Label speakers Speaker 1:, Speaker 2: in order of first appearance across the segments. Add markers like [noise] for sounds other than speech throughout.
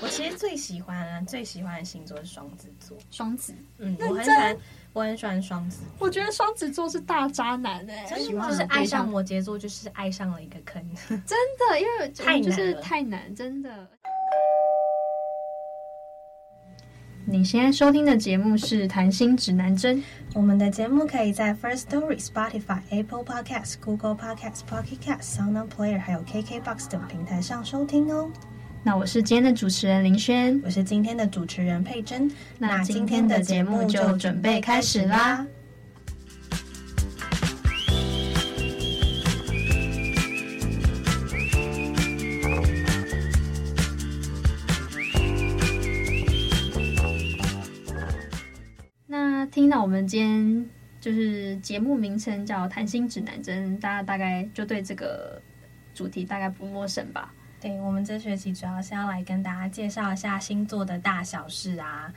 Speaker 1: 我其实最喜欢、
Speaker 2: 啊
Speaker 1: 最喜欢的星座是双子座，
Speaker 3: 双子，
Speaker 1: 嗯，我很喜
Speaker 3: 真
Speaker 1: 欢，我很喜欢双子，
Speaker 3: 我觉得双子座是大渣男哎、
Speaker 1: 真
Speaker 3: 的
Speaker 1: 的就是爱上摩羯座，就是爱上了一个坑。
Speaker 3: 真的，因为我
Speaker 1: 太难
Speaker 3: 就是
Speaker 1: 了
Speaker 3: 太难，真的。你现在收听的节目是《谈心指南针》，
Speaker 2: [laughs] 我们的节目可以在 First Story、Spotify、Apple Podcasts、Google Podcasts、Pocket Casts、Sound On Player 还有 KKBox 等平台上收听哦。
Speaker 3: 那我是今天的主持人林轩。
Speaker 2: 我是今天的主持人佩珍，
Speaker 3: 那今天的节目就准备开始啦。那听到我们今天就是节目名称叫《谈心指南针》，大家大概就对这个主题大概不陌生吧？
Speaker 2: 对我们这学期主要是要来跟大家介绍一下星座的大小事啊，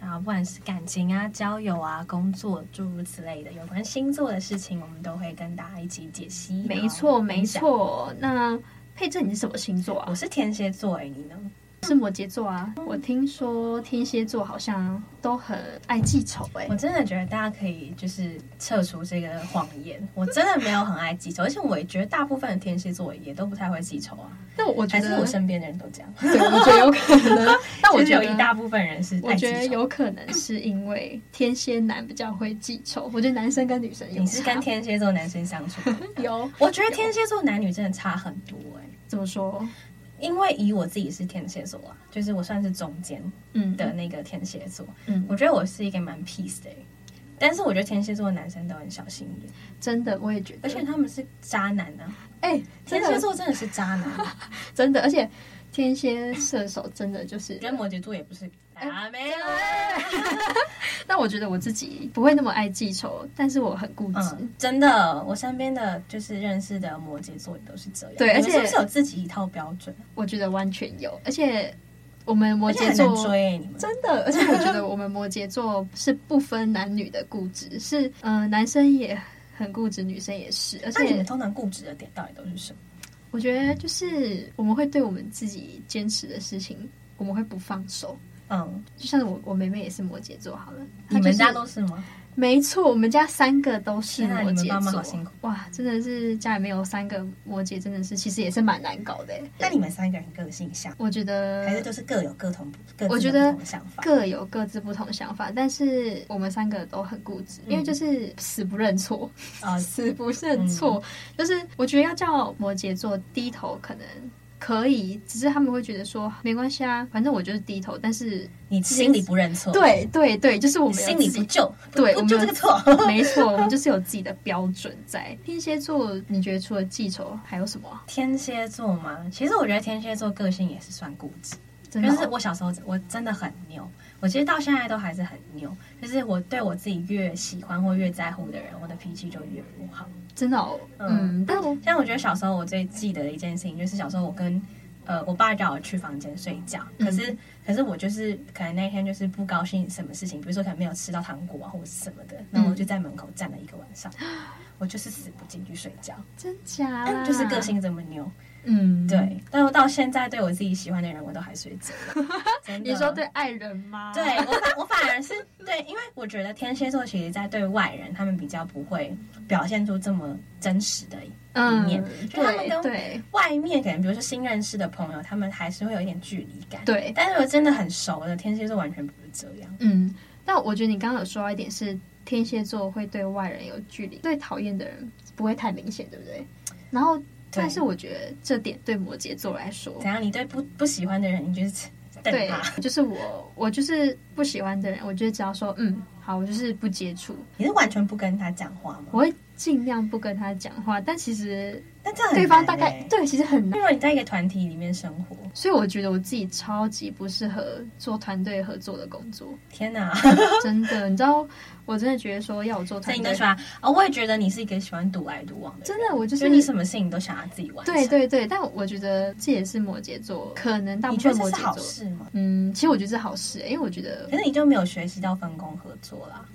Speaker 2: 然后不管是感情啊、交友啊、工作诸如此类的有关星座的事情，我们都会跟大家一起解析。
Speaker 3: 没错，没
Speaker 2: 分享。
Speaker 3: 错。那佩珍，你是什么星座啊
Speaker 2: 我？是天蝎座，哎，你呢？
Speaker 3: 是摩羯座啊，我听说天蝎座好像都很爱记仇哎、
Speaker 2: 我真的觉得大家可以就是撤除这个谎
Speaker 3: [laughs]
Speaker 2: 言。我真的没有很爱记仇，而且我也觉得大部分的天蝎座也都不太会记仇啊。
Speaker 3: 那我觉
Speaker 2: 还是
Speaker 3: 得，
Speaker 2: 我身边的人都这样，
Speaker 3: [laughs] 对我觉得有可 [laughs] 能。但我
Speaker 2: 就是
Speaker 3: 觉
Speaker 2: 有
Speaker 3: 得
Speaker 2: 一大部分人是
Speaker 3: 我
Speaker 2: 爱
Speaker 3: 觉得
Speaker 2: 记仇。
Speaker 3: 有可能是因为天蝎男比较会记仇，我觉得男生跟女生有
Speaker 2: 你是
Speaker 3: 差
Speaker 2: 跟天蝎座男生相处的，
Speaker 3: 有
Speaker 2: 我觉得天蝎座男女真的差很多哎、
Speaker 3: 怎么说？
Speaker 2: 因为以我自己是天蝎座啊，就是我算是中间
Speaker 3: 嗯
Speaker 2: 的，那个天蝎座，
Speaker 3: 嗯，
Speaker 2: 我觉得我是一个蛮 peace 的、欸，但是我觉得天蝎座的男生都很小心眼，
Speaker 3: 真的我也觉得，
Speaker 2: 而且他们是渣男啊，
Speaker 3: 哎、
Speaker 2: 天
Speaker 3: 天
Speaker 2: 蝎
Speaker 3: 蝎座
Speaker 2: 座真的是渣男。啊 [laughs]
Speaker 3: 真的，而且天蝎射手真的就是 [laughs]
Speaker 2: 跟摩羯座也不是啊，没有。
Speaker 3: 但我觉得我自己不会那么爱记仇，但是我很固执。
Speaker 2: 嗯，真的，我身边的就是认识的摩羯座也都是这样。
Speaker 3: 对而
Speaker 2: 你们
Speaker 3: 且
Speaker 2: 是不是有自己一套标准？
Speaker 3: 我觉得完全有，而且我们摩
Speaker 2: 而且
Speaker 3: 羯
Speaker 2: 很难
Speaker 3: 座
Speaker 2: 追欸你们。
Speaker 3: 真的，而且我觉得我们摩羯座是不分男女的固执，是呃男生也很固执，女生也是，而
Speaker 2: 那你
Speaker 3: 且
Speaker 2: 们通常固执的点到底都是什么？
Speaker 3: 我觉得就是我们会对我们自己坚持的事情，我们会不放手。
Speaker 2: 嗯，
Speaker 3: 就像我我妹妹也是摩羯座，好了，
Speaker 2: 你们家
Speaker 3: 她就是
Speaker 2: 都是吗？
Speaker 3: 没错，我们家三个都是
Speaker 2: 天啊
Speaker 3: 摩
Speaker 2: 你们爸
Speaker 3: 羯
Speaker 2: 妈
Speaker 3: 座，
Speaker 2: 好辛苦
Speaker 3: 哇，真的是家里面有三个摩羯，真的是其实也是蛮难搞的欸。
Speaker 2: 那你们三个人个性像，
Speaker 3: 我觉得
Speaker 2: 还是都是各有各同各
Speaker 3: 我
Speaker 2: 自
Speaker 3: 觉
Speaker 2: 的
Speaker 3: 得
Speaker 2: 不同想法？
Speaker 3: 各有各自不同想法，但是我们三个都很固执，
Speaker 2: 嗯
Speaker 3: 因为就是死不认错，
Speaker 2: 啊
Speaker 3: 死不认错。就是我觉得要叫摩羯座低头，可能可以，只是他们会觉得说没关系啊，反正我就是低头。但是
Speaker 2: 你心里不认错，，
Speaker 3: 对对对，就是我们有
Speaker 2: 嗯心里
Speaker 3: 自己
Speaker 2: 不救，不
Speaker 3: 对
Speaker 2: 不
Speaker 3: 我们
Speaker 2: 救
Speaker 3: 有
Speaker 2: 这个错。
Speaker 3: [laughs] 没错，我们就是有自己的标准在。天蝎座，你觉得除了记仇还有什么啊？
Speaker 2: 天蝎座吗？其实我觉得天蝎座个性也是算固执。
Speaker 3: 真的
Speaker 2: 就
Speaker 3: 哦、
Speaker 2: 是我小时候我真的很牛，我其实到现在都还是很牛。就是我对我自己越喜欢或越在乎的人，我的脾气就越不好。
Speaker 3: 真的哦、
Speaker 2: 嗯
Speaker 3: 嗯，但我
Speaker 2: 像我觉得小时候我最记得的一件事情，就是小时候我跟呃我爸叫我去房间睡觉，可是、
Speaker 3: 嗯
Speaker 2: 可是我就是可能那天就是不高兴什么事情，比如说可能没有吃到糖果啊或者是什么的，然后我
Speaker 3: 嗯
Speaker 2: 就在门口站了一个晚上，我就是死不进去睡觉，
Speaker 3: 真假啦
Speaker 2: 就是个，性这么牛。
Speaker 3: 啊嗯，
Speaker 2: 对，但我到现在对我自己喜欢的人，我都还是
Speaker 3: [laughs]
Speaker 2: 会这样。真的
Speaker 3: 你说对爱人吗？
Speaker 2: 对我反我反而是对，因为我觉得天蝎座其实在对外人，他们比较不会表现出这么真实的一
Speaker 3: 嗯，
Speaker 2: 面就他们
Speaker 3: 对
Speaker 2: 跟
Speaker 3: 对
Speaker 2: 外面可能比如说新认识的朋友，他们还是会有一点距离感。，
Speaker 3: 对，
Speaker 2: 但是我真的很熟的天蝎座完全不是这样。
Speaker 3: 嗯。但我觉得你刚刚有说到一点是，天蝎座会对外人有距离，对讨厌的人不会太明显，对不对？然后，但是我觉得这点对摩羯座来说，
Speaker 2: 怎样？你对不不喜欢的人，你就是瞪
Speaker 3: 对
Speaker 2: 他。，
Speaker 3: 就是我，我就是不喜欢的人，我就只要说，嗯，好，我就是不接触，
Speaker 2: 你是完全不跟他讲话吗？
Speaker 3: 我会尽量不跟他讲话。但其实
Speaker 2: 但这很
Speaker 3: 对方
Speaker 2: 难
Speaker 3: 大概
Speaker 2: 欸
Speaker 3: 对，其实很难
Speaker 2: 如。果你在一个团体里面生活，
Speaker 3: 所以我觉得我自己超级不适合做团队合作的工作，
Speaker 2: 天哪！
Speaker 3: [laughs] 真的，你知道，我真的觉得说要我做
Speaker 2: 所
Speaker 3: 团
Speaker 2: 以你
Speaker 3: 队
Speaker 2: 就，说啊、哦，我也觉得你是一个喜欢独来独往的人，
Speaker 3: 真的我就
Speaker 2: 就是你什么事情都想要自己完成。
Speaker 3: 对，对对，但我觉得这也是摩羯座，可能大
Speaker 2: 你
Speaker 3: 部
Speaker 2: 觉
Speaker 3: 分
Speaker 2: 得
Speaker 3: 摩
Speaker 2: 这是
Speaker 3: 羯
Speaker 2: 好
Speaker 3: 座，
Speaker 2: 事吗？
Speaker 3: 嗯，其实我觉得是好事、因为我觉得
Speaker 2: 可是你就没有学习到分工合作啦。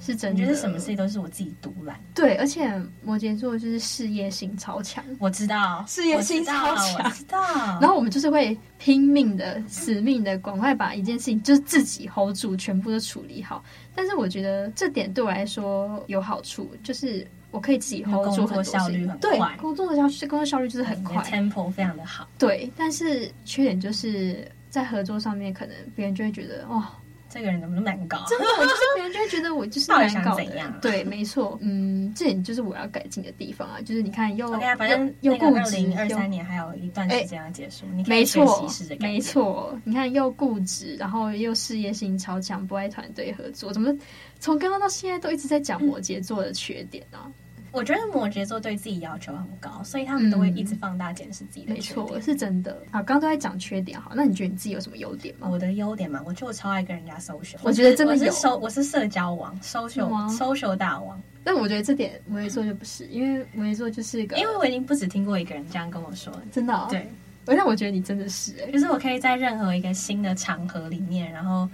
Speaker 3: 是真
Speaker 2: 你
Speaker 3: 的。
Speaker 2: 觉得什么事情都是我自己独揽？
Speaker 3: 对，而且摩羯座就是事业性超强，
Speaker 2: 我知道，
Speaker 3: 事业心超强
Speaker 2: 我知道，我知道
Speaker 3: 然后我们就是会拼命的、死命的，赶快把一件事情就是自己 hold 住，全部都处理好。但是我觉得这点对我来说有好处，就是我可以自己
Speaker 2: 你的
Speaker 3: hold 住
Speaker 2: 工作
Speaker 3: 很多事
Speaker 2: 效率
Speaker 3: 情
Speaker 2: 很
Speaker 3: 对
Speaker 2: 快，
Speaker 3: 工作的效率，工作效率就是很
Speaker 2: 嗯你的
Speaker 3: 快。
Speaker 2: tempo 非常的好，
Speaker 3: 对，但是缺点就是在合作上面，可能别人就会觉得哦，
Speaker 2: 这个人怎么那么难搞啊？
Speaker 3: 真的，我就是别人就会觉得我就是
Speaker 2: 到底
Speaker 3: 难
Speaker 2: 想
Speaker 3: 搞
Speaker 2: 怎
Speaker 3: 的
Speaker 2: 样啊
Speaker 3: 人。对，没错，嗯，这点就是我要改进的地方啊，就是你看又
Speaker 2: OK 啊，反正
Speaker 3: 又
Speaker 2: 那
Speaker 3: 又
Speaker 2: 个
Speaker 3: 固
Speaker 2: 二
Speaker 3: 执
Speaker 2: 零二
Speaker 3: 又
Speaker 2: 三年还有一段时间要结束，你可以
Speaker 3: 哎没
Speaker 2: 学
Speaker 3: 错
Speaker 2: 习试着，改
Speaker 3: 没
Speaker 2: 变。
Speaker 3: 错。你看，又固执，然后又事业心超强，不爱团队合作，怎么从刚刚到现在都一直在讲摩羯座的缺点啊？
Speaker 2: 我觉得摩羯座对自己要求很高，所以他们都会一直放大检视自己
Speaker 3: 嗯
Speaker 2: 的
Speaker 3: 没
Speaker 2: 缺
Speaker 3: 错，
Speaker 2: 点。
Speaker 3: 是真的。好，刚刚都在讲缺点，好，那你觉得你自己有什么优点吗？
Speaker 2: 我的优点嘛，我觉得我超爱跟人家 social，
Speaker 3: 我觉得真的
Speaker 2: 我是
Speaker 3: 有
Speaker 2: 社我是社交王，social
Speaker 3: 吗
Speaker 2: social 大王，
Speaker 3: 但我觉得这点摩羯座就不是，因为摩羯座就是一个，
Speaker 2: 因为我已经不止听过一个人这样跟我说，
Speaker 3: 真的、哦，
Speaker 2: 对，
Speaker 3: 而且我觉得你真的是、欸，
Speaker 2: 就是我可以在任何一个新的场合里面，然后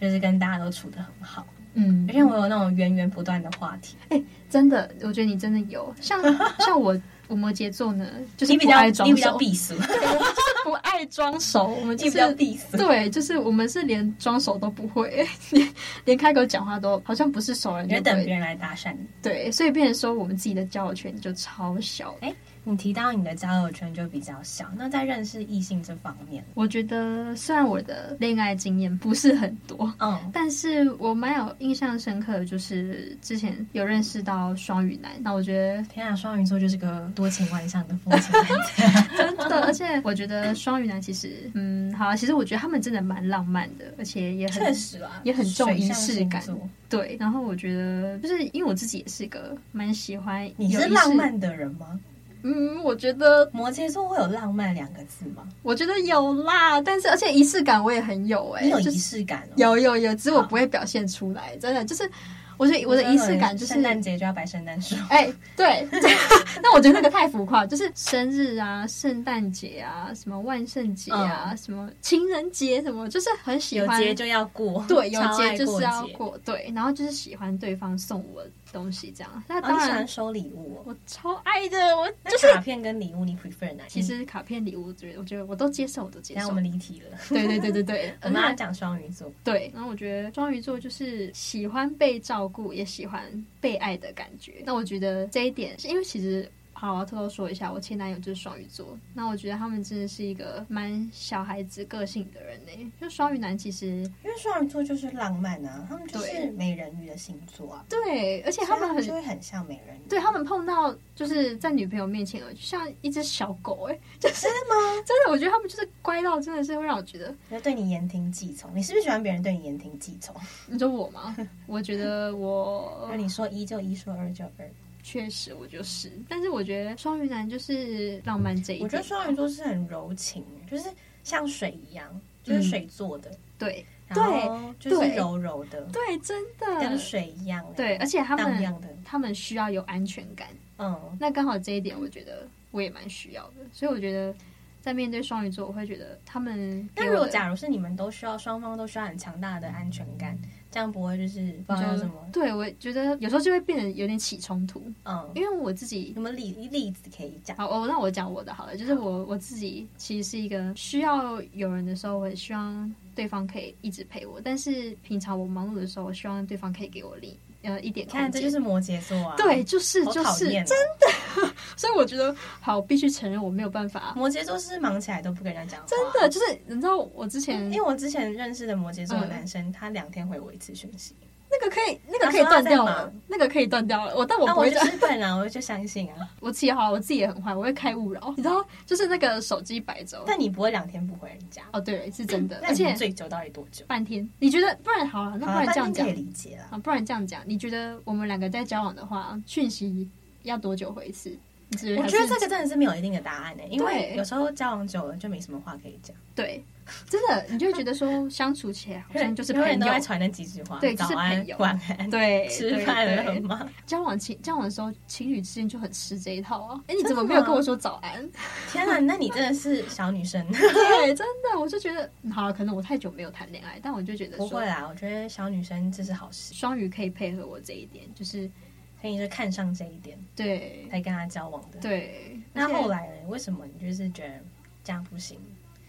Speaker 2: 就是跟大家都处得很好，
Speaker 3: 嗯
Speaker 2: 而，且我有那种源源不断的话题，
Speaker 3: 真的，我觉得你真的有，
Speaker 2: [laughs]
Speaker 3: 像像我。我摩羯座呢，就是
Speaker 2: 你比
Speaker 3: 不
Speaker 2: 较
Speaker 3: 爱装
Speaker 2: 你比较
Speaker 3: 熟，
Speaker 2: 避 [laughs] 俗，
Speaker 3: [laughs] 不爱装
Speaker 2: [laughs]
Speaker 3: 熟，我们
Speaker 2: 你
Speaker 3: 就
Speaker 2: 比
Speaker 3: 是
Speaker 2: 较避俗，
Speaker 3: 对，就是我们是连装熟都不会，连连开口讲话都好像不是熟人
Speaker 2: 你
Speaker 3: 就
Speaker 2: 就等
Speaker 3: 对
Speaker 2: 别人来搭讪你。
Speaker 3: 对，所以变成说我们自己的交友圈就超小。
Speaker 2: 你提到你的交友圈就比较小，那在认识异性这方面，
Speaker 3: 我觉得虽然我的恋爱经验不是很多，
Speaker 2: 嗯，
Speaker 3: 但是我蛮有印象深刻的，就是之前有认识到双鱼男，那我觉得
Speaker 2: 天啊，双鱼座就是个多情万象的 [laughs] 风情男子。
Speaker 3: 真
Speaker 2: [laughs]
Speaker 3: 的，而且我觉得双鱼男其实，嗯，好啊，其实我觉得他们真的蛮浪漫的，而且也很
Speaker 2: 确实啊，
Speaker 3: 也很重仪式感
Speaker 2: 水象星座
Speaker 3: 对。然后我觉得，就是因为我自己也是个蛮喜欢
Speaker 2: 你
Speaker 3: 有
Speaker 2: 是
Speaker 3: 仪式
Speaker 2: 浪，漫的人吗？
Speaker 3: 嗯，我觉得
Speaker 2: 摩羯座会有浪漫两个字吗？
Speaker 3: 我觉得有啦，但是而且仪式感我也很有哎、
Speaker 2: 你有
Speaker 3: 就
Speaker 2: 仪
Speaker 3: 是
Speaker 2: 式感、哦？
Speaker 3: 有有有，只是我不会表现出来，真的就是，我觉得我的仪式感就是
Speaker 2: 圣，诞节就要摆圣诞树。
Speaker 3: 哎、对， [laughs] 那我觉得那个太浮夸，就是生日啊、圣诞节啊、什么万圣节啊、什么情人节什么，就是很喜
Speaker 2: 嗯有
Speaker 3: 欢
Speaker 2: 节就要过，
Speaker 3: 对，有
Speaker 2: 超
Speaker 3: 节
Speaker 2: 爱
Speaker 3: 就是要
Speaker 2: 节。
Speaker 3: 过，对，然后就是喜欢对方送我东西这样，那
Speaker 2: 然
Speaker 3: 当
Speaker 2: 哦后你喜
Speaker 3: 然、
Speaker 2: 欢收礼物、哦，
Speaker 3: 我超爱的，我
Speaker 2: 那卡片跟礼物你 prefer 哪一？
Speaker 3: 其，实卡片礼物，我觉得我觉得我都接受，我都接
Speaker 2: 然
Speaker 3: 受
Speaker 2: 后我，们离题了，
Speaker 3: 对对对对对，
Speaker 2: [laughs] 我们要讲双鱼座。
Speaker 3: 对，然后我觉得双鱼座就是喜欢被照顾，也喜欢被爱的感觉。那我觉得这一点，是因为其实好，我要偷偷说一下，我前男友就是双鱼座。那我觉得他们真的是一个蛮小孩子个性的人呢。就双鱼男其实
Speaker 2: 因为双鱼座就是浪漫啊，他们就是
Speaker 3: 对
Speaker 2: 美人鱼的星座啊，
Speaker 3: 对，而且
Speaker 2: 所
Speaker 3: 他
Speaker 2: 以他
Speaker 3: 们
Speaker 2: 们就
Speaker 3: 很。
Speaker 2: 会很像美人鱼。
Speaker 3: 对他们碰到就是在女朋友面前，就像一只小狗哎、
Speaker 2: [laughs]
Speaker 3: 就是真的吗？真的，我觉得他们就是乖到真的是会让我觉得，
Speaker 2: 就对你言听计从。你是不是喜欢别人对你言听计从？
Speaker 3: 你说我
Speaker 2: [laughs]
Speaker 3: 吗？我觉得我呃
Speaker 2: 那你说一就一，说二就二。
Speaker 3: 确实，我就是。但是我觉得双鱼男就是浪漫这一点。
Speaker 2: 我觉得双鱼座是很柔情，就是像水一样，就是水做的，
Speaker 3: 嗯对
Speaker 2: 然后就是柔柔的，
Speaker 3: 对，真
Speaker 2: 跟
Speaker 3: 的
Speaker 2: 水一样，
Speaker 3: 对，而且他
Speaker 2: 荡
Speaker 3: 们
Speaker 2: 漾的，
Speaker 3: 他们需要有安全感。
Speaker 2: 嗯，
Speaker 3: 那刚好这一点，我觉得我也蛮需要的。所以我觉得在面对双鱼座，我会觉得他们给
Speaker 2: 那
Speaker 3: 我的。
Speaker 2: 如果假如是你们都需要，双方都需要很强大的安全感，这样不会就是不知
Speaker 3: 就
Speaker 2: 道要
Speaker 3: 是
Speaker 2: 怎么，
Speaker 3: 对，我觉得有时候就会变得有点起冲突，
Speaker 2: 嗯，
Speaker 3: 因为我自己
Speaker 2: 有没有例例子可以讲？
Speaker 3: 好，我那我讲我的好了，就是我我自己其实是一个需要有人的时候，我也希望对方可以一直陪我，但是平常我忙碌的时候，我希望对方可以给我力呃一点
Speaker 2: 你
Speaker 3: 空
Speaker 2: 看，这
Speaker 3: 间。
Speaker 2: 就是摩羯座啊，
Speaker 3: 对，，就是
Speaker 2: 好
Speaker 3: 就
Speaker 2: 讨
Speaker 3: 是，
Speaker 2: 厌哦，
Speaker 3: 所以我觉得好，我必须承认我没有办法，
Speaker 2: 摩羯座是忙起来都不跟人家讲话，
Speaker 3: 真的就是你知道我之前
Speaker 2: 嗯因为我之前认识的摩羯座的
Speaker 3: 嗯
Speaker 2: 男生，他两天回我一次讯息，
Speaker 3: 那个可以那个
Speaker 2: 他
Speaker 3: 可以
Speaker 2: 说他
Speaker 3: 断
Speaker 2: 在
Speaker 3: 掉
Speaker 2: 忙
Speaker 3: 了，那个可以断掉了，我但我
Speaker 2: 那
Speaker 3: 不
Speaker 2: 啊我
Speaker 3: 会
Speaker 2: 就
Speaker 3: 这
Speaker 2: 是本来我就相信啊， [laughs]
Speaker 3: 我自己好，我自己也很坏，我会开勿扰，你知道，就是那个手机摆着，
Speaker 2: 但你不会两天不回人家，
Speaker 3: 哦对，是真的，
Speaker 2: 嗯那
Speaker 3: 而
Speaker 2: 你
Speaker 3: 且
Speaker 2: 最久到底多久？
Speaker 3: 半天，你觉得不然好了，那不
Speaker 2: 好
Speaker 3: 然
Speaker 2: 了，
Speaker 3: 这样
Speaker 2: 半天
Speaker 3: 讲
Speaker 2: 可以。理解啦。
Speaker 3: 啊，不然这样讲，你觉得我们两个在交往的话，讯息要多久回一次？觉
Speaker 2: 我
Speaker 3: 还
Speaker 2: 觉得
Speaker 3: 是
Speaker 2: 这个真的是没有一定的答案呢、欸因为
Speaker 3: 对
Speaker 2: 有时候交往久了就没什么话可以讲，
Speaker 3: 对，真的你就会觉得说相处起来好像就是
Speaker 2: 永
Speaker 3: 朋
Speaker 2: [laughs] 远都在
Speaker 3: 友，
Speaker 2: 传那几句话，
Speaker 3: 对就
Speaker 2: 早
Speaker 3: 是
Speaker 2: 安
Speaker 3: 朋、友
Speaker 2: 晚安，
Speaker 3: 对，
Speaker 2: 吃
Speaker 3: 对
Speaker 2: 饭了
Speaker 3: 对
Speaker 2: 吗？
Speaker 3: 交往情交往的时候，情侣之间就很吃这一套啊！哎，你
Speaker 2: 真的
Speaker 3: 怎么没有
Speaker 2: 吗
Speaker 3: 跟我说早安？
Speaker 2: [laughs]
Speaker 3: [laughs]
Speaker 2: 天啊，那你真的是小女生。
Speaker 3: 对，真的，我就觉得，嗯好了，可能我太久没有谈恋爱，但我就觉得
Speaker 2: 不
Speaker 3: 说
Speaker 2: 会，啊啦，我觉得小女生这是好事，
Speaker 3: 双鱼可以配合我这一点，就是
Speaker 2: 所以你是看上这一点
Speaker 3: 对
Speaker 2: 才跟他交往的。，
Speaker 3: 嗯对。
Speaker 2: 那
Speaker 3: 而且
Speaker 2: 后来呢？为什么你就是觉得这样不行？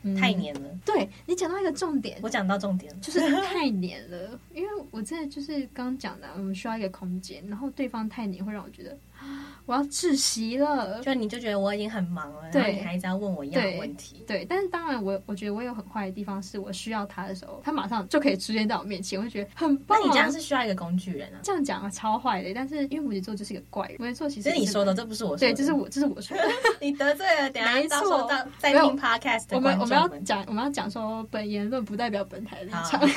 Speaker 3: 嗯
Speaker 2: 太黏了。
Speaker 3: 对你讲到一个重点，
Speaker 2: 我讲到重点了，
Speaker 3: 就是太黏了，因为我真的就是刚讲的啊，我们需要一个空间，然后对方太黏会让我觉得 [gasps] 啊我要窒息了。
Speaker 2: 就你就觉得我已经很忙了，
Speaker 3: 对
Speaker 2: 然后你还一直要问我一样的问题。
Speaker 3: 对，但是当然我，我觉得我有很坏的地方，是我需要他的时候，他马上就可以出现在我面前，我就觉得很
Speaker 2: 那
Speaker 3: 棒。啊
Speaker 2: 你这样是需要一个工具人啊，
Speaker 3: 这样讲啊，超坏的。但是因为母羯座就是一个怪人，母羯座其实
Speaker 2: 这是你
Speaker 3: 也是
Speaker 2: 说的，，这不是我说的。
Speaker 3: 对，这是我，这是我
Speaker 2: [laughs]
Speaker 3: 说的。
Speaker 2: 你得罪了，等一
Speaker 3: 没
Speaker 2: 下
Speaker 3: 错
Speaker 2: 到时候到再
Speaker 3: 没有
Speaker 2: 听 podcast 的
Speaker 3: 我们
Speaker 2: 观
Speaker 3: 我们
Speaker 2: 众
Speaker 3: 要讲，我们要讲说，本言论不代表本台立场。 [laughs]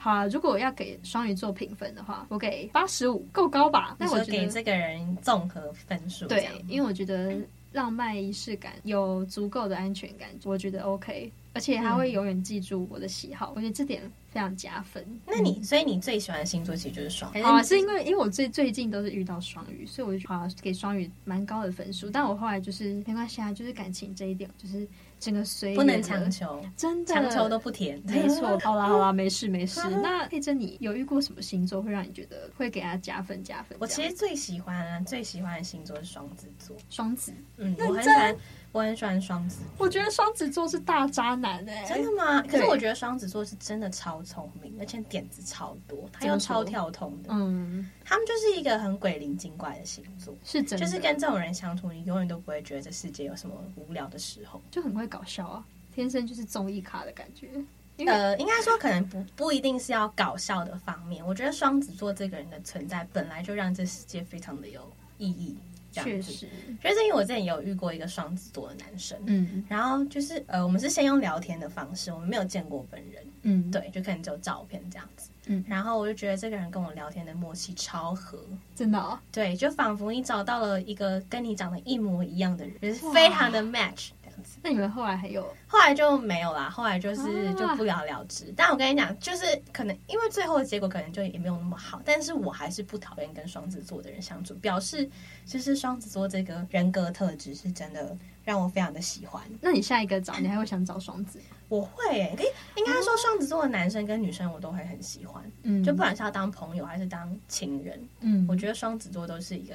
Speaker 3: 好啊，如果我要给双鱼座评分的话，我给八十五，够高吧？
Speaker 2: 那
Speaker 3: 但
Speaker 2: 我
Speaker 3: 我
Speaker 2: 给
Speaker 3: 觉得
Speaker 2: 这个人综合分数，这
Speaker 3: 对
Speaker 2: 样，
Speaker 3: 因为我觉得浪漫仪式感有足够的安全感，我觉得 OK，而且
Speaker 2: 嗯
Speaker 3: 他会永远记住我的喜好，我觉得这点非常加分。
Speaker 2: 那你所以你最喜欢的星座其实就是双，
Speaker 3: 嗯好啊，
Speaker 2: 还
Speaker 3: 是
Speaker 2: 是
Speaker 3: 因为因为我最最近都是遇到双鱼，所以我就好、啊、给双鱼蛮高的分数。但我后来就是没关系啊，就是感情这一点，就是整个随缘
Speaker 2: 不能
Speaker 3: 了
Speaker 2: 强，求，
Speaker 3: 真的
Speaker 2: 强求都不甜。
Speaker 3: [laughs] 没错。好啦好啦，没事没
Speaker 2: [laughs]
Speaker 3: 事。那佩珍，你有遇过什么星座会让你觉得会给他加分加分这样？
Speaker 2: 我其实最喜欢啊，最喜欢的星座是双子座。
Speaker 3: 双子，
Speaker 2: 嗯，我很喜欢，我很喜欢双子。
Speaker 3: 我觉得双子座是大渣男哎、
Speaker 2: 真的吗？可是
Speaker 3: 对
Speaker 2: 我觉得双子座是真的超聪明，而且点子超多，他
Speaker 3: 怎么
Speaker 2: 又
Speaker 3: 说
Speaker 2: 超跳通的。
Speaker 3: 嗯，
Speaker 2: 他们就是一个很鬼灵精怪的星座，
Speaker 3: 是真的，
Speaker 2: 就是跟这种人相处，你永远都不会觉得这世界有什么无聊的时候。
Speaker 3: 就很会搞笑啊，天生就是综艺咖的感觉。因为
Speaker 2: 呃，应该说可能不不一定是要搞笑的方面，我觉得双子座这个人的存在本来就让这世界非常的有意义。这样
Speaker 3: 确
Speaker 2: 子，
Speaker 3: 实，
Speaker 2: 就是因为我之前有遇过一个双子座的男生，
Speaker 3: 嗯
Speaker 2: 然后就是呃，我们是先用聊天的方式，我们没有见过本人，
Speaker 3: 嗯，，
Speaker 2: 对，就可能只有照片这样子。
Speaker 3: 嗯
Speaker 2: 然后我就觉得这个人跟我聊天的默契超合，
Speaker 3: 真的、哦，
Speaker 2: 对，就仿佛你找到了一个跟你长得一模一样的人，就是非常的 match 这样子。
Speaker 3: 那你们后来还有
Speaker 2: 后来就没有啦，后来就是
Speaker 3: 啊
Speaker 2: 就不了了之。但我跟你讲，就是可能因为最后的结果可能就也没有那么好，但是我还是不讨厌跟双子座的人相处，表示就是双子座这个人格特质是真的让我非常的喜欢。
Speaker 3: 那你下一个找，你还会想找双子？
Speaker 2: 我会、欸，诶应该说双子座的男生跟女生我都会很喜欢。
Speaker 3: 嗯
Speaker 2: 就不管是要当朋友还是当情人，
Speaker 3: 嗯，
Speaker 2: 我觉得双子座都是一个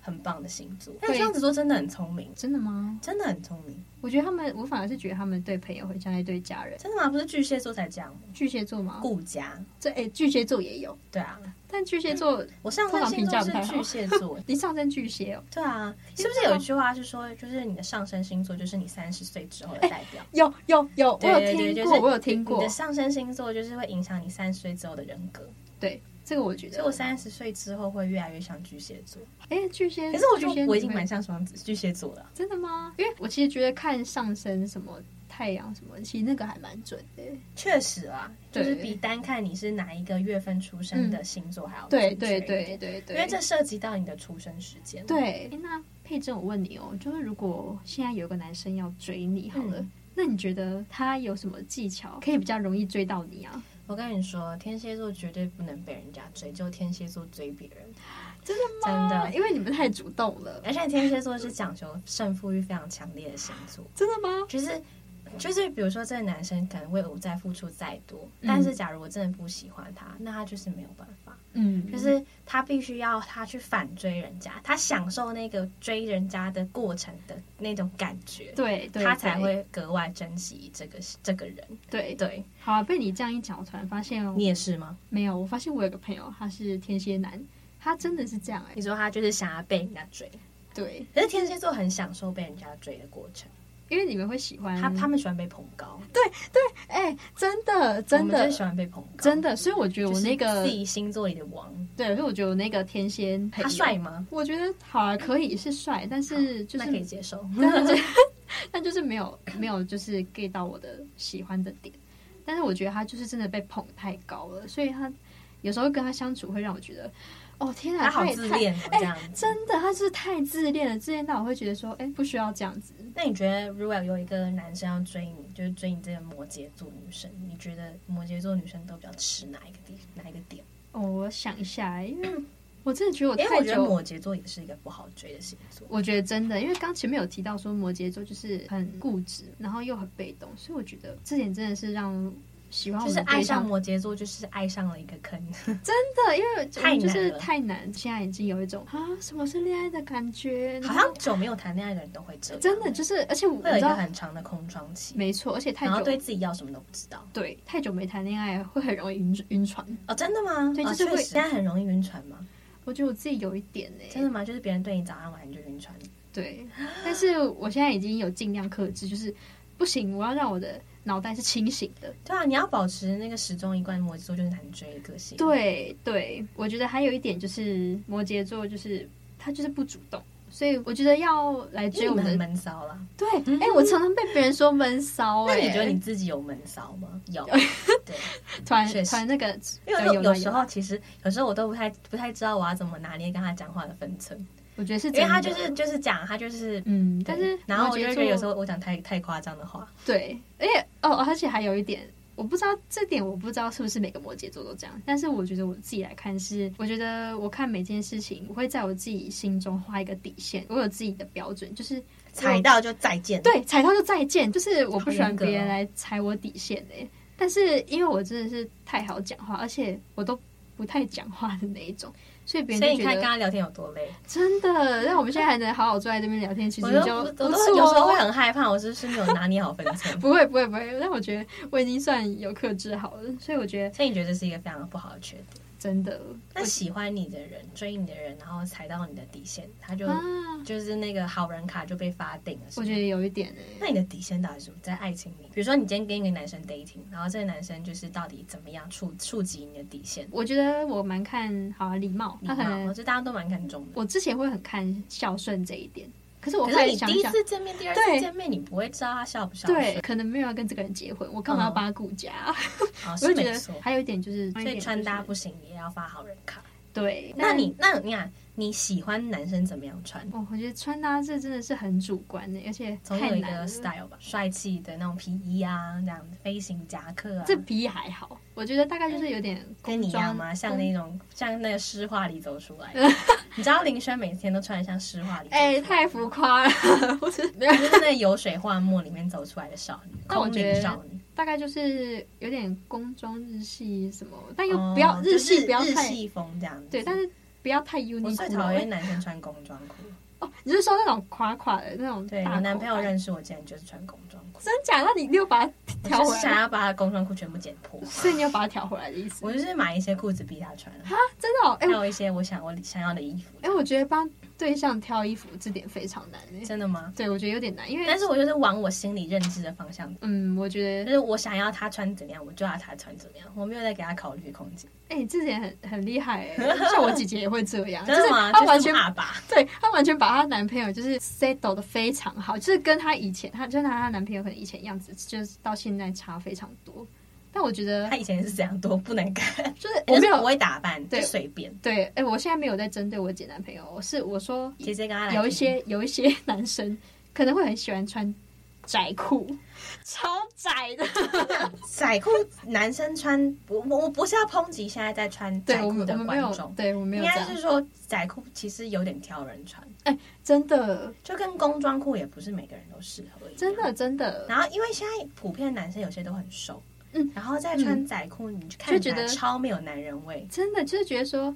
Speaker 2: 很棒的星座。但
Speaker 3: 对
Speaker 2: 双子座真的很聪明，
Speaker 3: 真的吗？
Speaker 2: 真的很聪明，
Speaker 3: 我觉得他们，我反而是觉得他们对朋友会像在对家人。
Speaker 2: 真的吗？不是巨蟹座才这样吗？
Speaker 3: 巨蟹座吗？
Speaker 2: 顾家，
Speaker 3: 这哎、巨蟹座也有，
Speaker 2: 对啊，
Speaker 3: 但巨蟹座，
Speaker 2: 我上升星座是巨蟹座，
Speaker 3: [laughs]
Speaker 2: 欸
Speaker 3: 你上升巨蟹哦，
Speaker 2: 对啊，是不是有一句话是说，就是你的上升星座就是你三十岁之后的代表？
Speaker 3: 有有有，哎我有
Speaker 2: 对
Speaker 3: 听
Speaker 2: 对
Speaker 3: 过，
Speaker 2: 对就是
Speaker 3: 我有听
Speaker 2: 你
Speaker 3: 过
Speaker 2: 的，上升星座就是会影响你三十岁之后的人格，
Speaker 3: 对这个我觉
Speaker 2: 所以我
Speaker 3: 得，
Speaker 2: 三十岁之后会越来越像巨蟹座。
Speaker 3: 哎、巨蟹，
Speaker 2: 可是我觉
Speaker 3: 巨蟹
Speaker 2: 得我已经
Speaker 3: 你会
Speaker 2: 蛮像双子巨蟹座了。
Speaker 3: 真的吗？因为我其实觉得看上升什么太阳什么，其实那个还蛮准的。
Speaker 2: 确实啦，就是
Speaker 3: 对嗯
Speaker 2: 比单看你是哪一个月份出生的星座还要
Speaker 3: 对
Speaker 2: 准确
Speaker 3: 对
Speaker 2: 一点
Speaker 3: 对，对对，
Speaker 2: 因为这涉及到你的出生时间。，
Speaker 3: 对。诶那佩珍，我问你哦，就是如果现在有个男生要追你，好了。
Speaker 2: 嗯
Speaker 3: 那你觉得他有什么技巧可以比较容易追到你啊？
Speaker 2: 我跟你说，天蝎座绝对不能被人家追，就天蝎座追别人，
Speaker 3: 真
Speaker 2: 的吗真的
Speaker 3: 啊因为你们太主动了，
Speaker 2: 而且天蝎座是讲求胜负欲非常强烈的星座，
Speaker 3: 真的吗？
Speaker 2: 就是。就是比如说，这个男生可能为我再付出再多，
Speaker 3: 嗯
Speaker 2: 但是假如我真的不喜欢他，那他就是没有办法。
Speaker 3: 嗯，
Speaker 2: 就是他必须要他去反追人家，他享受那个追人家的过程的那种感觉，
Speaker 3: 对对，
Speaker 2: 他才
Speaker 3: 对
Speaker 2: 会格外珍惜这个这个人。
Speaker 3: 对。
Speaker 2: 对
Speaker 3: 好啊，被你这样一讲，我突然发现哦，
Speaker 2: 你也是吗？
Speaker 3: 没有，我发现我有个朋友他是天蝎男，他真的是这样哎、
Speaker 2: 你说他就是想要被人家追，
Speaker 3: 对，
Speaker 2: 可是天蝎座很享受被人家追的过程，
Speaker 3: 因为你们会喜欢
Speaker 2: 他他们喜欢被捧高，
Speaker 3: 哎、真的真
Speaker 2: 我们
Speaker 3: 的
Speaker 2: 就是喜欢被捧高，
Speaker 3: 真的，所以我觉得
Speaker 2: 就
Speaker 3: 我
Speaker 2: 是
Speaker 3: 那个、
Speaker 2: 自己星座里的王，
Speaker 3: 对，所以我觉得我那个天蝎朋
Speaker 2: 他
Speaker 3: 友
Speaker 2: 帅，吗？
Speaker 3: 我觉得好啊，可以是帅，但是就
Speaker 2: 那可以
Speaker 3: [laughs] 是
Speaker 2: 接受。
Speaker 3: 但就是没有没有就是 get 到我的喜欢的点，但是我觉得他就是真的被捧太高了，所以他有时候跟他相处会让我觉得。哦天哪，
Speaker 2: 他好
Speaker 3: 也
Speaker 2: 自
Speaker 3: 太哎
Speaker 2: 恋哦，这样子。
Speaker 3: 真的，他是太自恋了，自恋到我会觉得说，哎、不需要这样子。
Speaker 2: 那你觉得，如果有一个男生要追你，就是追你这个摩羯座女生，你觉得摩羯座女生都比较吃哪一个地哪一个点？
Speaker 3: 哦，我想一下，因为我真的觉得我
Speaker 2: 因为
Speaker 3: 太
Speaker 2: 我觉得
Speaker 3: 久，
Speaker 2: 摩羯座也是一个不好追的星座。
Speaker 3: 我觉得真的，因为刚前面有提到说摩羯座就是很固执，然后又很被动，所以我觉得这点真的是让喜欢我
Speaker 2: 就是
Speaker 3: 的
Speaker 2: 爱
Speaker 3: 对
Speaker 2: 上
Speaker 3: 象
Speaker 2: 摩羯座，就是爱上了一个坑。
Speaker 3: 真的，因为我
Speaker 2: 太
Speaker 3: 们就
Speaker 2: 难
Speaker 3: 是
Speaker 2: 了
Speaker 3: 太难，现在已经有一种啊，什么是恋爱的感觉？
Speaker 2: 好像久没有谈恋爱的人都会这样，
Speaker 3: 真的就是，而且我我
Speaker 2: 会有
Speaker 3: 知
Speaker 2: 一个
Speaker 3: 道，
Speaker 2: 很长的空窗期，
Speaker 3: 没错，而且太
Speaker 2: 然后
Speaker 3: 久
Speaker 2: 对自己要什么都不知道。
Speaker 3: 对太久没谈恋爱会很容易晕晕船。
Speaker 2: 哦，真的吗？
Speaker 3: 对
Speaker 2: 哦
Speaker 3: 就是会
Speaker 2: 确实现在很容易晕船吗？
Speaker 3: 我觉得我自己有一点呢、
Speaker 2: 真的吗？就是别人对你早安晚安就晕船，
Speaker 3: 对，但是我现在已经有尽量克制，就是不行，我要让我的脑袋是清醒的。
Speaker 2: 对啊，你要保持那个始终一贯摩羯座就是难追的个性。，
Speaker 3: 对对，我觉得还有一点就是摩羯座，就是他就是不主动，所以我觉得要来
Speaker 2: 因
Speaker 3: 追
Speaker 2: 为
Speaker 3: 我
Speaker 2: 我们
Speaker 3: 们
Speaker 2: 很
Speaker 3: 的。
Speaker 2: 闷骚啦。
Speaker 3: 对，哎、我常常被别人说闷骚、
Speaker 2: 那
Speaker 3: 哎，
Speaker 2: 你觉得你自己有闷骚
Speaker 3: [laughs]
Speaker 2: 吗？有，对，
Speaker 3: 突然
Speaker 2: 确实
Speaker 3: 突然那个，
Speaker 2: 因
Speaker 3: 对
Speaker 2: 为有
Speaker 3: 有
Speaker 2: 有
Speaker 3: 啦
Speaker 2: 时候其实有时候我都不太不太知道我要怎么拿捏跟他讲话的分寸，
Speaker 3: 我觉得是
Speaker 2: 因
Speaker 3: 真的，
Speaker 2: 为他就是就是讲他就是。
Speaker 3: 嗯，但
Speaker 2: 对
Speaker 3: 是
Speaker 2: 然后我
Speaker 3: 摩
Speaker 2: 就
Speaker 3: 羯
Speaker 2: 会觉
Speaker 3: 座
Speaker 2: 得有时候我讲太太夸张的话，
Speaker 3: 对，而且哦，而且还有一点，我不知道这点，我不知道是不是每个摩羯座都这样，但是我觉得我自己来看是，我觉得我看每件事情，我会在我自己心中画一个底线，我有自己的标准，就是
Speaker 2: 踩到就再见。
Speaker 3: 对踩到就再见，就是我不喜
Speaker 2: 好
Speaker 3: 欢
Speaker 2: 严格哦
Speaker 3: 别人来踩我底线诶、
Speaker 2: 哦
Speaker 3: 但是因为我真的是太好讲话，而且我都不太讲话的那一种，所以别
Speaker 2: 所以
Speaker 3: 人
Speaker 2: 你
Speaker 3: 就
Speaker 2: 看
Speaker 3: 觉
Speaker 2: 跟
Speaker 3: 得
Speaker 2: 他聊天有多累，
Speaker 3: 真的。但我们现在还能好好坐在这边聊天，其实
Speaker 2: 我
Speaker 3: 就
Speaker 2: 都我
Speaker 3: 不
Speaker 2: 都有
Speaker 3: 错
Speaker 2: 时候会
Speaker 3: 哦？
Speaker 2: 很害怕，我是不是没有拿捏好分寸 [laughs]
Speaker 3: 不会不会不会，但我觉得我已经算有克制好了，所以我觉得
Speaker 2: 所以你觉得这是一个非常不好的缺点？
Speaker 3: 真的
Speaker 2: 那喜欢你的人、追你的人，然后踩到你的底线，他就、
Speaker 3: 啊，
Speaker 2: 就是那个好人卡就被发定了。是
Speaker 3: 我
Speaker 2: 吗
Speaker 3: 觉得有一点哎、
Speaker 2: 那你的底线到底是什么？在爱情里，比如说你今天跟一个男生 dating，然后这个男生就是到底怎么样触触及你的底线？
Speaker 3: 我觉得我蛮看好啊礼貌，
Speaker 2: 礼
Speaker 3: 他可
Speaker 2: 貌，
Speaker 3: 能
Speaker 2: 这大家都蛮看重的。
Speaker 3: 我之前会很看孝顺这一点，可是我后
Speaker 2: 可是
Speaker 3: 来
Speaker 2: 你
Speaker 3: 想
Speaker 2: 第一
Speaker 3: 想，
Speaker 2: 次见面、第二
Speaker 3: 对
Speaker 2: 次见面，你不会知道他孝不孝顺，
Speaker 3: 对，可能没有要跟这个人结婚，我干嘛要
Speaker 2: 嗯
Speaker 3: 帮他顾家？啊
Speaker 2: 哦，
Speaker 3: 我
Speaker 2: 是
Speaker 3: 就觉
Speaker 2: 没
Speaker 3: 得
Speaker 2: 错。
Speaker 3: 还有一点就是，
Speaker 2: 所以穿搭不行，也要发好人卡。
Speaker 3: 对，
Speaker 2: 那你那你看你喜欢男生怎么样穿？
Speaker 3: 哦，我觉得穿搭这真的是很主观的，而且
Speaker 2: 总
Speaker 3: 太
Speaker 2: 有一
Speaker 3: 难
Speaker 2: 个
Speaker 3: 了。
Speaker 2: style 吧，帅气的那种皮衣啊，这样飞行夹克啊，
Speaker 3: 这皮还好，我觉得大概就是有点
Speaker 2: 跟你一样
Speaker 3: 工
Speaker 2: 吗？
Speaker 3: 装
Speaker 2: 像那种像那个诗画里走
Speaker 3: [laughs]
Speaker 2: 出来的，你知道林轩每天都穿得像诗画里，
Speaker 3: 哎、太浮，夸了，我是没有
Speaker 2: 就是那油水画墨里面走出来的少女，
Speaker 3: 但我
Speaker 2: 空
Speaker 3: 觉
Speaker 2: 灵
Speaker 3: 得
Speaker 2: 少女，
Speaker 3: 大概就是有点工装日系什么，但又
Speaker 2: 哦
Speaker 3: 不要、
Speaker 2: 就
Speaker 3: 日系
Speaker 2: 是
Speaker 3: 不要
Speaker 2: 日
Speaker 3: 太
Speaker 2: 系风这样子。
Speaker 3: 对，但是不要太
Speaker 2: 我
Speaker 3: uni
Speaker 2: 最讨厌男生穿工装裤。
Speaker 3: 哦，你是说那种垮垮的那种
Speaker 2: 对
Speaker 3: 大
Speaker 2: 我男朋友
Speaker 3: 认
Speaker 2: 认识我，竟然就是穿工装裤，
Speaker 3: 真假？那你你又把它调
Speaker 2: 我就是
Speaker 3: 回
Speaker 2: 想
Speaker 3: 来，
Speaker 2: 要把他的工装裤全部剪
Speaker 3: [laughs]
Speaker 2: 破。
Speaker 3: 所以你又把它调回来的意思？
Speaker 2: 我就是买一些裤子逼他穿，
Speaker 3: 真的哦，哎、
Speaker 2: 还
Speaker 3: 我
Speaker 2: 有一些我想我想要的衣服。
Speaker 3: 哎、我觉得帮对象挑衣服这点非常难诶、
Speaker 2: 真的吗？
Speaker 3: 对我觉得有点难，因为
Speaker 2: 但是我就是往我心里认知的方向，
Speaker 3: 嗯，我觉
Speaker 2: 就
Speaker 3: 得
Speaker 2: 是我想要他穿怎样，我就要他穿怎么样，我没有在给他考虑空间。
Speaker 3: 哎、你这点很很厉害、 [laughs] 欸，像我姐姐也会这样，啊就
Speaker 2: 真
Speaker 3: 是啊
Speaker 2: 的吗？
Speaker 3: 她
Speaker 2: 就是
Speaker 3: 完全
Speaker 2: 爸爸，
Speaker 3: 对她完全把她男朋友就是 settle 的非常好，就是跟她以前，她就拿她男朋友可能以前样子，就是到现在差非常多。但我觉得
Speaker 2: 他以前是怎样多不能干，
Speaker 3: 就是 [laughs] 我
Speaker 2: 就
Speaker 3: 没
Speaker 2: 是
Speaker 3: 有
Speaker 2: 不会打扮，就
Speaker 3: 对
Speaker 2: 随便。
Speaker 3: 对，哎、我现在没有在针对我姐男朋友，我是我说
Speaker 2: 姐姐跟他来
Speaker 3: 有一些 [laughs] 有一些男生可能会很喜欢穿窄裤，超窄的。
Speaker 2: 窄裤，男生穿我我我不是要抨击现在在穿
Speaker 3: 对
Speaker 2: 窄
Speaker 3: 我
Speaker 2: 裤
Speaker 3: 们我
Speaker 2: 的
Speaker 3: 们没
Speaker 2: 观
Speaker 3: 有
Speaker 2: 众，，
Speaker 3: 对我们没
Speaker 2: 应
Speaker 3: 有这
Speaker 2: 该
Speaker 3: 样
Speaker 2: 是，说窄裤其实有点挑人穿，
Speaker 3: 真的
Speaker 2: 就跟工装裤也不是每个人都适合一样。
Speaker 3: 真的真的，
Speaker 2: 然后因为现在普遍男生有些都很瘦，
Speaker 3: 嗯，
Speaker 2: 然后再穿窄裤，你就看
Speaker 3: 就觉
Speaker 2: 起来
Speaker 3: 得
Speaker 2: 超没有男人味，
Speaker 3: 真的就是觉得说。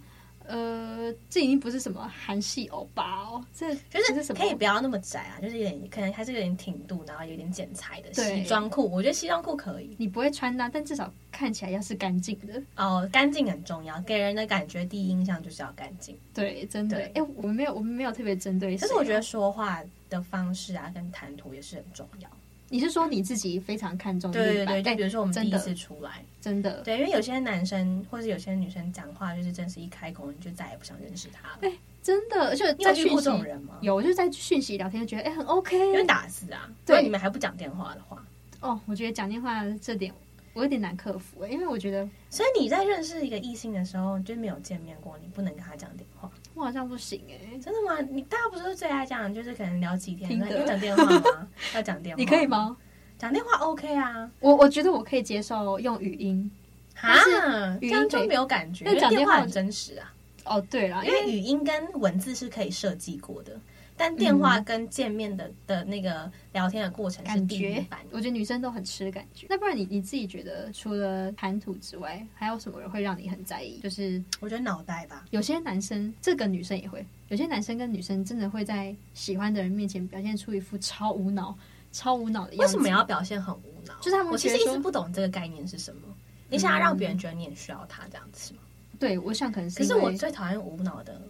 Speaker 3: 呃，这已经不是什么韩系欧巴哦，这
Speaker 2: 就
Speaker 3: 这是
Speaker 2: 是
Speaker 3: 什么
Speaker 2: 可以不要那么窄啊，就是有点可能还是有点挺度，然后有点剪裁的
Speaker 3: 对
Speaker 2: 西装裤，我觉得西装裤可以
Speaker 3: 你不会穿搭，但至少看起来要是干净的。
Speaker 2: 哦，干净很重要，给人的感觉第一印象就是要干净。
Speaker 3: 对，真的。
Speaker 2: 对
Speaker 3: 哎、我们没有，我们没有特别针对谁
Speaker 2: 可
Speaker 3: 哦。
Speaker 2: 是我觉得说话的方式啊，跟谈吐也是很重要。
Speaker 3: 你是说你自己非常看重
Speaker 2: 对
Speaker 3: 另
Speaker 2: 对
Speaker 3: 一半
Speaker 2: 对，就
Speaker 3: 哎
Speaker 2: 比如说我们第
Speaker 3: 真
Speaker 2: 一
Speaker 3: 的
Speaker 2: 次出来，
Speaker 3: 真的，
Speaker 2: 对，因为有些男生或者有些女生讲话，就是真是一开口你就再也不想认识他了。
Speaker 3: 真的，而且
Speaker 2: 你有
Speaker 3: 在
Speaker 2: 遇
Speaker 3: 讯
Speaker 2: 过
Speaker 3: 息
Speaker 2: 这种人吗？
Speaker 3: 有，就是在讯息聊天就觉得哎、很 OK，
Speaker 2: 因为打字啊，如
Speaker 3: 对
Speaker 2: 果你们还不讲电话的话，
Speaker 3: 哦，我觉得讲电话这点我有点难克服、欸，因为我觉得
Speaker 2: 所以你在认识一个异性的时候，就没有见面过，你不能跟他讲电话，
Speaker 3: 我好像不行哎、欸
Speaker 2: 真的吗？你大家不是最爱讲，就是可能聊几天，
Speaker 3: 听
Speaker 2: 那
Speaker 3: 得
Speaker 2: 要讲电话
Speaker 3: [laughs]
Speaker 2: 吗？要讲电话？
Speaker 3: 你可以？吗？
Speaker 2: 讲电话 OK 啊，
Speaker 3: 我我觉得我可以接受用语音。
Speaker 2: 哈，这
Speaker 3: 语音
Speaker 2: 样就
Speaker 3: 可以
Speaker 2: 没有感觉，
Speaker 3: 那
Speaker 2: 因为
Speaker 3: 讲
Speaker 2: 电
Speaker 3: 电
Speaker 2: 话
Speaker 3: 话
Speaker 2: 很真实啊。
Speaker 3: 哦，对啦，
Speaker 2: 因
Speaker 3: 因
Speaker 2: 为
Speaker 3: 为
Speaker 2: 语音跟文字是可以设计过的，但电话跟见面的的那个聊天的过程是
Speaker 3: 感
Speaker 2: 第一
Speaker 3: 觉
Speaker 2: 版，
Speaker 3: 我觉得女生都很吃感觉。那不然你你自己觉得，除了谈吐之外，还有什么人会让你很在意？就是
Speaker 2: 我觉得脑袋吧，
Speaker 3: 有些男生，这个女生也会，有些男生跟女生真的会在喜欢的人面前表现出一副超无脑、超无脑的样
Speaker 2: 为
Speaker 3: 子。
Speaker 2: 什么要表现很无脑？
Speaker 3: 就是他们
Speaker 2: 我其实
Speaker 3: 觉
Speaker 2: 一
Speaker 3: 得
Speaker 2: 直
Speaker 3: 说
Speaker 2: 不懂这个概念是什么。你想要让别人觉得你很需要他这样子吗？
Speaker 3: 对，我想可嗯能是
Speaker 2: 可
Speaker 3: 因
Speaker 2: 是
Speaker 3: 为
Speaker 2: 我最讨厌无脑的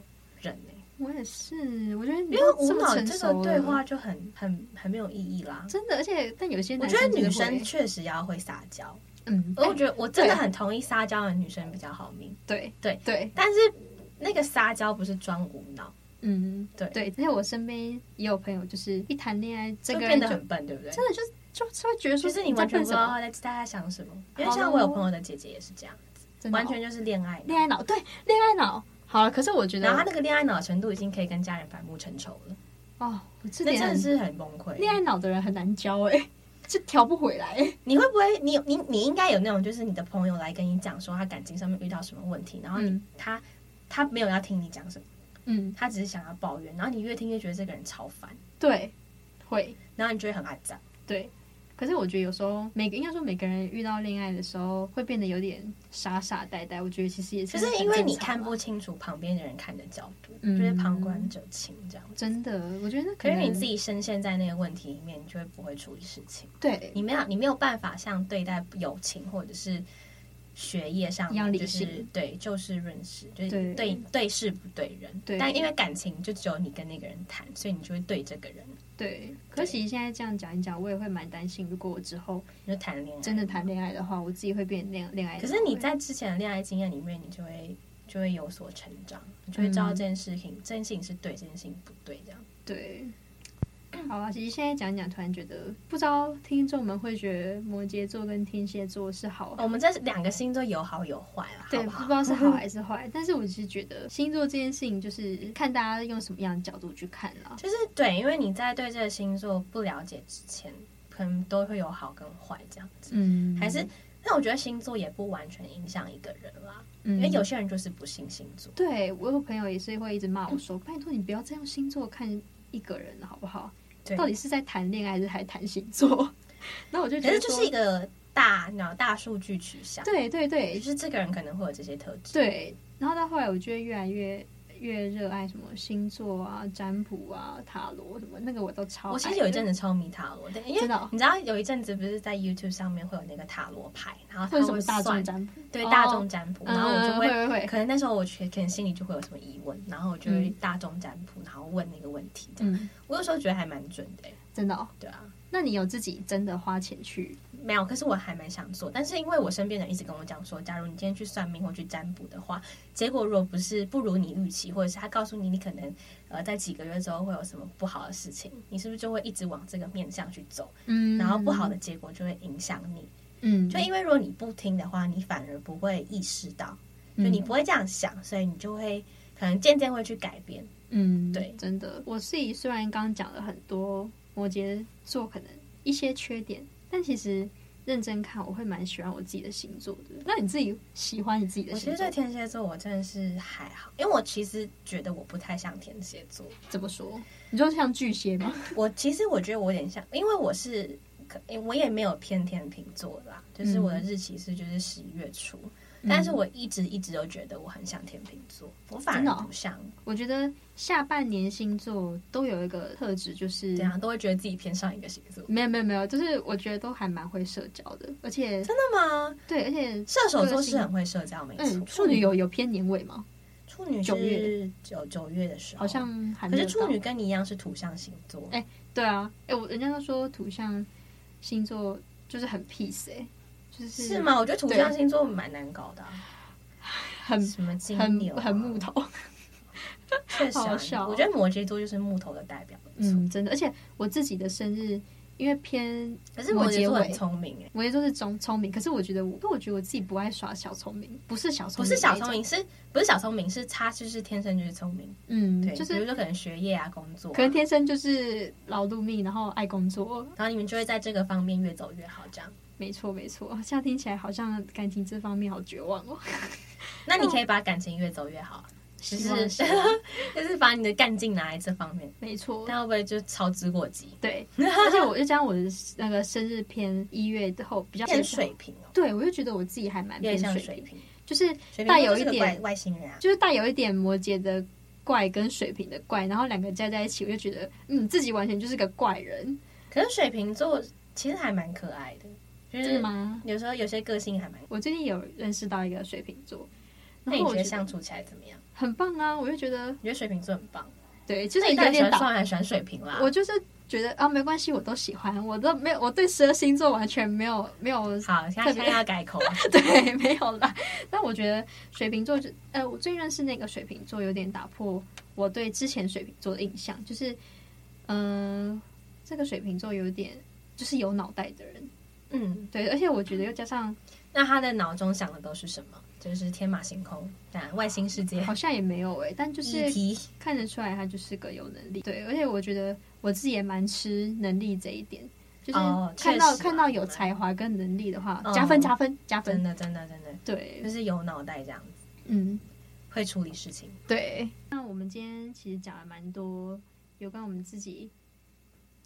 Speaker 2: 人欸
Speaker 3: 我也是，我觉得因
Speaker 2: 因为无脑
Speaker 3: 成
Speaker 2: 这
Speaker 3: 熟
Speaker 2: 个
Speaker 3: 了
Speaker 2: 对话就很很很没有意义啦。
Speaker 3: 真的，而且但有些
Speaker 2: 我
Speaker 3: 男
Speaker 2: 觉
Speaker 3: 生
Speaker 2: 得
Speaker 3: 真的
Speaker 2: 女生
Speaker 3: 会
Speaker 2: 确实要会撒娇，
Speaker 3: 嗯，
Speaker 2: 而我觉得我真的
Speaker 3: 对
Speaker 2: 很同意撒娇的女生比较好命，
Speaker 3: 对
Speaker 2: 对
Speaker 3: 对，
Speaker 2: 但是那个撒娇不是装无脑，
Speaker 3: 嗯
Speaker 2: 对
Speaker 3: 对，而且我身边也有朋友，就是一谈恋爱，
Speaker 2: 就
Speaker 3: 整个
Speaker 2: 变
Speaker 3: 人
Speaker 2: 得
Speaker 3: 就
Speaker 2: 很笨，对不对？
Speaker 3: 真的就是就是会觉得
Speaker 2: 就
Speaker 3: 说
Speaker 2: 是你
Speaker 3: 你在
Speaker 2: 完全
Speaker 3: 笨
Speaker 2: 不知
Speaker 3: 什
Speaker 2: 道
Speaker 3: 么，
Speaker 2: 他在大家想什么，
Speaker 3: 好
Speaker 2: 因
Speaker 3: 咯
Speaker 2: 为像我有朋友的姐姐也是这样，
Speaker 3: 真的
Speaker 2: 完
Speaker 3: 哦
Speaker 2: 全就是恋爱脑
Speaker 3: 恋爱脑，对恋爱脑。好了，可是我觉得
Speaker 2: 然后他那个恋爱脑的程度已经可以跟家人反目成仇了，
Speaker 3: 哦，我这
Speaker 2: 那
Speaker 3: 点
Speaker 2: 真的
Speaker 3: 很
Speaker 2: 是很崩溃。
Speaker 3: 恋爱脑的人很难教哎、就调不回来、
Speaker 2: 你会不会，你你你应该有那种，就是你的朋友来跟你讲说他感情上面遇到什么问题，然后你、
Speaker 3: 嗯
Speaker 2: 他他没有要听你讲什么，
Speaker 3: 嗯，
Speaker 2: 他只是想要抱怨，然后你越听越觉得这个人超烦，
Speaker 3: 对，会
Speaker 2: 然后你就会很爱赞。
Speaker 3: 对。可是我觉得有时候每个应该说每个人遇到恋爱的时候会变得有点傻傻呆呆，我觉得其实也是很
Speaker 2: 就是
Speaker 3: 正常啦。啊
Speaker 2: 因为你看不清楚旁边的人看的角度，
Speaker 3: 嗯
Speaker 2: 就是旁观者清这样。
Speaker 3: 真的，我觉得那可
Speaker 2: 可是
Speaker 3: 能
Speaker 2: 你自己深陷在那个问题里面，你就会不会处理事情。
Speaker 3: 对
Speaker 2: 你没有，你没有办法像对待友情或者是学业上
Speaker 3: 一样理
Speaker 2: 就是
Speaker 3: 性
Speaker 2: 对就事论事，就是对
Speaker 3: 对
Speaker 2: 对事不对人。
Speaker 3: 对
Speaker 2: 但因为感情就只有你跟那个人谈，所以你就会对这个人，
Speaker 3: 对，可惜现在这样讲一讲，我也会蛮担心，如果我之后
Speaker 2: 你就谈恋爱。
Speaker 3: 真的谈恋爱的话，我自己会变恋恋爱脑。
Speaker 2: 可是你在之前的恋爱经验里面，你就会就会有所成长，你就会知道
Speaker 3: 嗯
Speaker 2: 这件事情，这件事情是对，这件事情不对，这样。
Speaker 3: 对。 [clears throat] 好啊，其实现在讲一讲，突然觉得不知道听众们会觉得摩羯座跟天蝎座是好
Speaker 2: 哦我们这两个星座有好有坏啦，
Speaker 3: 对，
Speaker 2: 好
Speaker 3: 不
Speaker 2: 不好
Speaker 3: 知道是哦好还是坏， [laughs] 但是我是觉得星座这件事情，就是看大家用什么样的角度去看啦。
Speaker 2: 就是对，因为你在对这个星座不了解之前，可能都会有好跟坏这样子。
Speaker 3: 嗯
Speaker 2: 还是，但我觉得星座也不完全影响一个人啦，
Speaker 3: 因
Speaker 2: 因为有些人就是不信星座。
Speaker 3: 对我有朋友也是会一直骂我说：“拜托你不要再用星座看一个人了，好不好？
Speaker 2: 对
Speaker 3: 到底是在谈恋爱还是还谈星座？” [laughs] 那我就觉
Speaker 2: 可
Speaker 3: 得
Speaker 2: 是
Speaker 3: 说，
Speaker 2: 就是一个大脑大数据取向，，
Speaker 3: 对对
Speaker 2: 也
Speaker 3: 对
Speaker 2: 就是这个人可能会有这些特质。，
Speaker 3: 对。然后到后来，我就会越来越越热爱什么星座啊、占卜啊、塔罗什么，那个我都超爱的。
Speaker 2: 我其实有一阵子超迷塔罗的，因
Speaker 3: 真
Speaker 2: 为
Speaker 3: 的哦
Speaker 2: 你知道有一阵子不是在 YouTube 上面会有那个塔罗牌，然后
Speaker 3: 为
Speaker 2: 他
Speaker 3: 什
Speaker 2: 会
Speaker 3: 么大众
Speaker 2: 算
Speaker 3: 占卜，
Speaker 2: 对
Speaker 3: 哦
Speaker 2: 大众占卜，然后我就
Speaker 3: 嗯
Speaker 2: 会
Speaker 3: 会会
Speaker 2: 可能那时候我觉可能心里就会有什么疑问，然后我就会
Speaker 3: 嗯
Speaker 2: 大众占卜，然后问那个问题，这样、
Speaker 3: 嗯，
Speaker 2: 我有时候觉得还蛮准的欸、
Speaker 3: 真的、哦。
Speaker 2: 对啊，
Speaker 3: 那你有自己真的花钱去
Speaker 2: 没有，可是我还蛮想做，但是因为我身边人一直跟我讲说，假如你今天去算命或去占卜的话，结果如果不是不如你预期，或者是他告诉你你可能呃在几个月之后会有什么不好的事情，你是不是就会一直往这个面向去走，
Speaker 3: 嗯，
Speaker 2: 然后不好的，结果就会影响你。
Speaker 3: 嗯，
Speaker 2: 就因为如果你不听的话，你反而不会意识到，就
Speaker 3: 嗯
Speaker 2: 你不会这样想，所以你就会可能渐渐会去改变。
Speaker 3: 嗯，
Speaker 2: 对
Speaker 3: 真的，我自己虽然刚刚讲了很多摩羯座可能一些缺点，但其实认真看，我会蛮喜欢我自己的星座的。那你自己喜欢你自己的
Speaker 2: 我其
Speaker 3: 星
Speaker 2: 实
Speaker 3: 座
Speaker 2: 对？天蝎座我真的是还好，因为我其实觉得我不太像天蝎座。
Speaker 3: [laughs] 怎么说？你就像巨蟹
Speaker 2: [laughs]
Speaker 3: 吗？
Speaker 2: 我其实我觉得我有点像，因为我是，可我也没有偏天秤座啦，就是
Speaker 3: 嗯
Speaker 2: 我的日期是就是十一月初，但是我一直一直都觉得我很像天秤座，我反
Speaker 3: 真的
Speaker 2: 而
Speaker 3: 哦
Speaker 2: 不像，
Speaker 3: 我觉得下半年星座都有一个特质，就是
Speaker 2: 怎样都会觉得自己偏上一个星座，
Speaker 3: 没有没有没有，就是我觉得都还蛮会社交的，而且
Speaker 2: 真的吗？
Speaker 3: 对，而且
Speaker 2: 射手座
Speaker 3: 个
Speaker 2: 是
Speaker 3: 性
Speaker 2: 很会社交，没错，
Speaker 3: 嗯，处女有有偏年尾吗？
Speaker 2: 处女
Speaker 3: 九
Speaker 2: 是
Speaker 3: 月
Speaker 2: 九九月的时候，
Speaker 3: 好像还
Speaker 2: 可
Speaker 3: 没有
Speaker 2: 是
Speaker 3: 到
Speaker 2: 处女跟你一样是土象星座，
Speaker 3: 哎对啊，哎、我人家都说土象星座就是很 peace 哎、就是
Speaker 2: 是？吗？我觉得土
Speaker 3: 对
Speaker 2: 象星座蛮难搞的啊、
Speaker 3: 很
Speaker 2: 什么金牛
Speaker 3: 很
Speaker 2: 啊、
Speaker 3: 很木头， [laughs]
Speaker 2: 确实、
Speaker 3: 好
Speaker 2: 啊
Speaker 3: 笑，
Speaker 2: 我觉得摩羯座就是木头的代表，没错。
Speaker 3: 嗯，真的。而且我自己的生日因为偏
Speaker 2: 可是摩羯
Speaker 3: 结
Speaker 2: 座很
Speaker 3: 尾。
Speaker 2: 聪明哎，
Speaker 3: 摩羯座是中聪明，可是我觉得我，因为我觉得我自己不爱耍小聪明，不是小聪
Speaker 2: 不
Speaker 3: 明，
Speaker 2: 是小聪，明，是不是小聪明？是他就是天生就是聪明，
Speaker 3: 嗯，
Speaker 2: 对，
Speaker 3: 就
Speaker 2: 比
Speaker 3: 是
Speaker 2: 如说可能学业啊、工作啊、
Speaker 3: 可能天生就是劳碌命，然后爱工作，
Speaker 2: 然后你们就会在这个方面越走越好，这样。
Speaker 3: 没错没错。现在听起来好像感情这方面好绝望哦，
Speaker 2: 那你可以把感情越走越好，就
Speaker 3: 希望啊
Speaker 2: 是 [laughs] 就是把你的干劲拿来这方面，
Speaker 3: 没错。
Speaker 2: 那会不会就操之过急？
Speaker 3: 对，而且我就加上我的那个生日偏一月后比较
Speaker 2: [laughs] 偏水，平哦，
Speaker 3: 对我就觉得我自己还蛮
Speaker 2: 有
Speaker 3: 偏
Speaker 2: 点像
Speaker 3: 水
Speaker 2: 水
Speaker 3: 平，
Speaker 2: 平，
Speaker 3: 就是
Speaker 2: 水瓶
Speaker 3: 带
Speaker 2: 座
Speaker 3: 有
Speaker 2: 就
Speaker 3: 一
Speaker 2: 是个
Speaker 3: 点
Speaker 2: 怪外星人啊。
Speaker 3: 就是带有一点摩羯的怪跟水瓶的怪，然后两个加在一起，我就觉得嗯，自己完全就是个怪人，
Speaker 2: 可是水瓶座其实还蛮可爱的，就
Speaker 3: 真的
Speaker 2: 是
Speaker 3: 吗？
Speaker 2: 有时候有些个性还蛮……
Speaker 3: 我最近有认识到一个水瓶座，
Speaker 2: 那
Speaker 3: 然
Speaker 2: 你
Speaker 3: 后我
Speaker 2: 觉得
Speaker 3: 觉
Speaker 2: 相处起来怎么样？
Speaker 3: 很棒啊，我就觉得
Speaker 2: 你觉得水瓶座很棒，
Speaker 3: 对，就是
Speaker 2: 那你
Speaker 3: 有
Speaker 2: 到底喜
Speaker 3: 点
Speaker 2: 欢
Speaker 3: 倒，
Speaker 2: 双还是喜欢水瓶啦？
Speaker 3: 我就是觉得啊，没关系，我都喜欢，我都没有，我对十二星座完全没有没有
Speaker 2: 好，现
Speaker 3: 特
Speaker 2: 在
Speaker 3: 别
Speaker 2: 现在要改 [laughs] 口了，
Speaker 3: [laughs] 对，没有啦。但我觉得水瓶座就，呃，我最认识那个水瓶座有点打破我对之前水瓶座的印象，就是，嗯、这个水瓶座有点就是有脑袋的人，
Speaker 2: 嗯，
Speaker 3: 对，而且我觉得又加上
Speaker 2: 那他的脑中想的都是什么？就是天马行空，但外星世界，，E
Speaker 3: 好像也没有诶、但就是
Speaker 2: 议题
Speaker 3: 看得出来他就是个有能力，对，而且我觉得我自己也蛮吃能力这一点。就是
Speaker 2: 哦
Speaker 3: 看到、
Speaker 2: 确实啊
Speaker 3: 看到有才华跟能力的话，
Speaker 2: 嗯
Speaker 3: 加分加分加
Speaker 2: 真
Speaker 3: 分。
Speaker 2: 的真的真的
Speaker 3: 对
Speaker 2: 就，是有脑袋这样子，
Speaker 3: 嗯，
Speaker 2: 会处理事情。
Speaker 3: 对。那我们今天其实讲了蛮多有关我们自己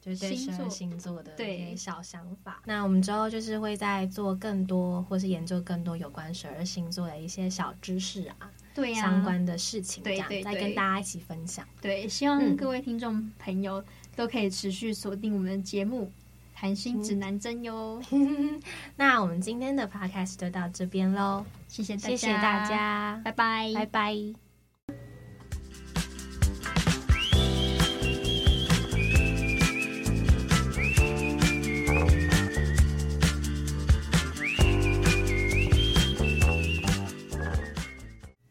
Speaker 2: 就是对十
Speaker 3: 星
Speaker 2: 二
Speaker 3: 座
Speaker 2: 星座的
Speaker 3: 对
Speaker 2: 一些小想法。那我们之后就是会再做更多，或是研究更多有关十二星座的一些小知识啊，
Speaker 3: 对呀、
Speaker 2: 相关的事情，这
Speaker 3: 对
Speaker 2: 样
Speaker 3: 对
Speaker 2: 再
Speaker 3: 对
Speaker 2: 跟大家一起分享。
Speaker 3: 对，希
Speaker 2: 嗯
Speaker 3: 望各位听众朋友都可以持续锁定我们的节目《谈心指南针》哟，
Speaker 2: 那我们今天的 podcast 就到这边喽，
Speaker 3: 谢谢大家，
Speaker 2: 谢谢大，家，
Speaker 3: 拜拜，
Speaker 2: 拜拜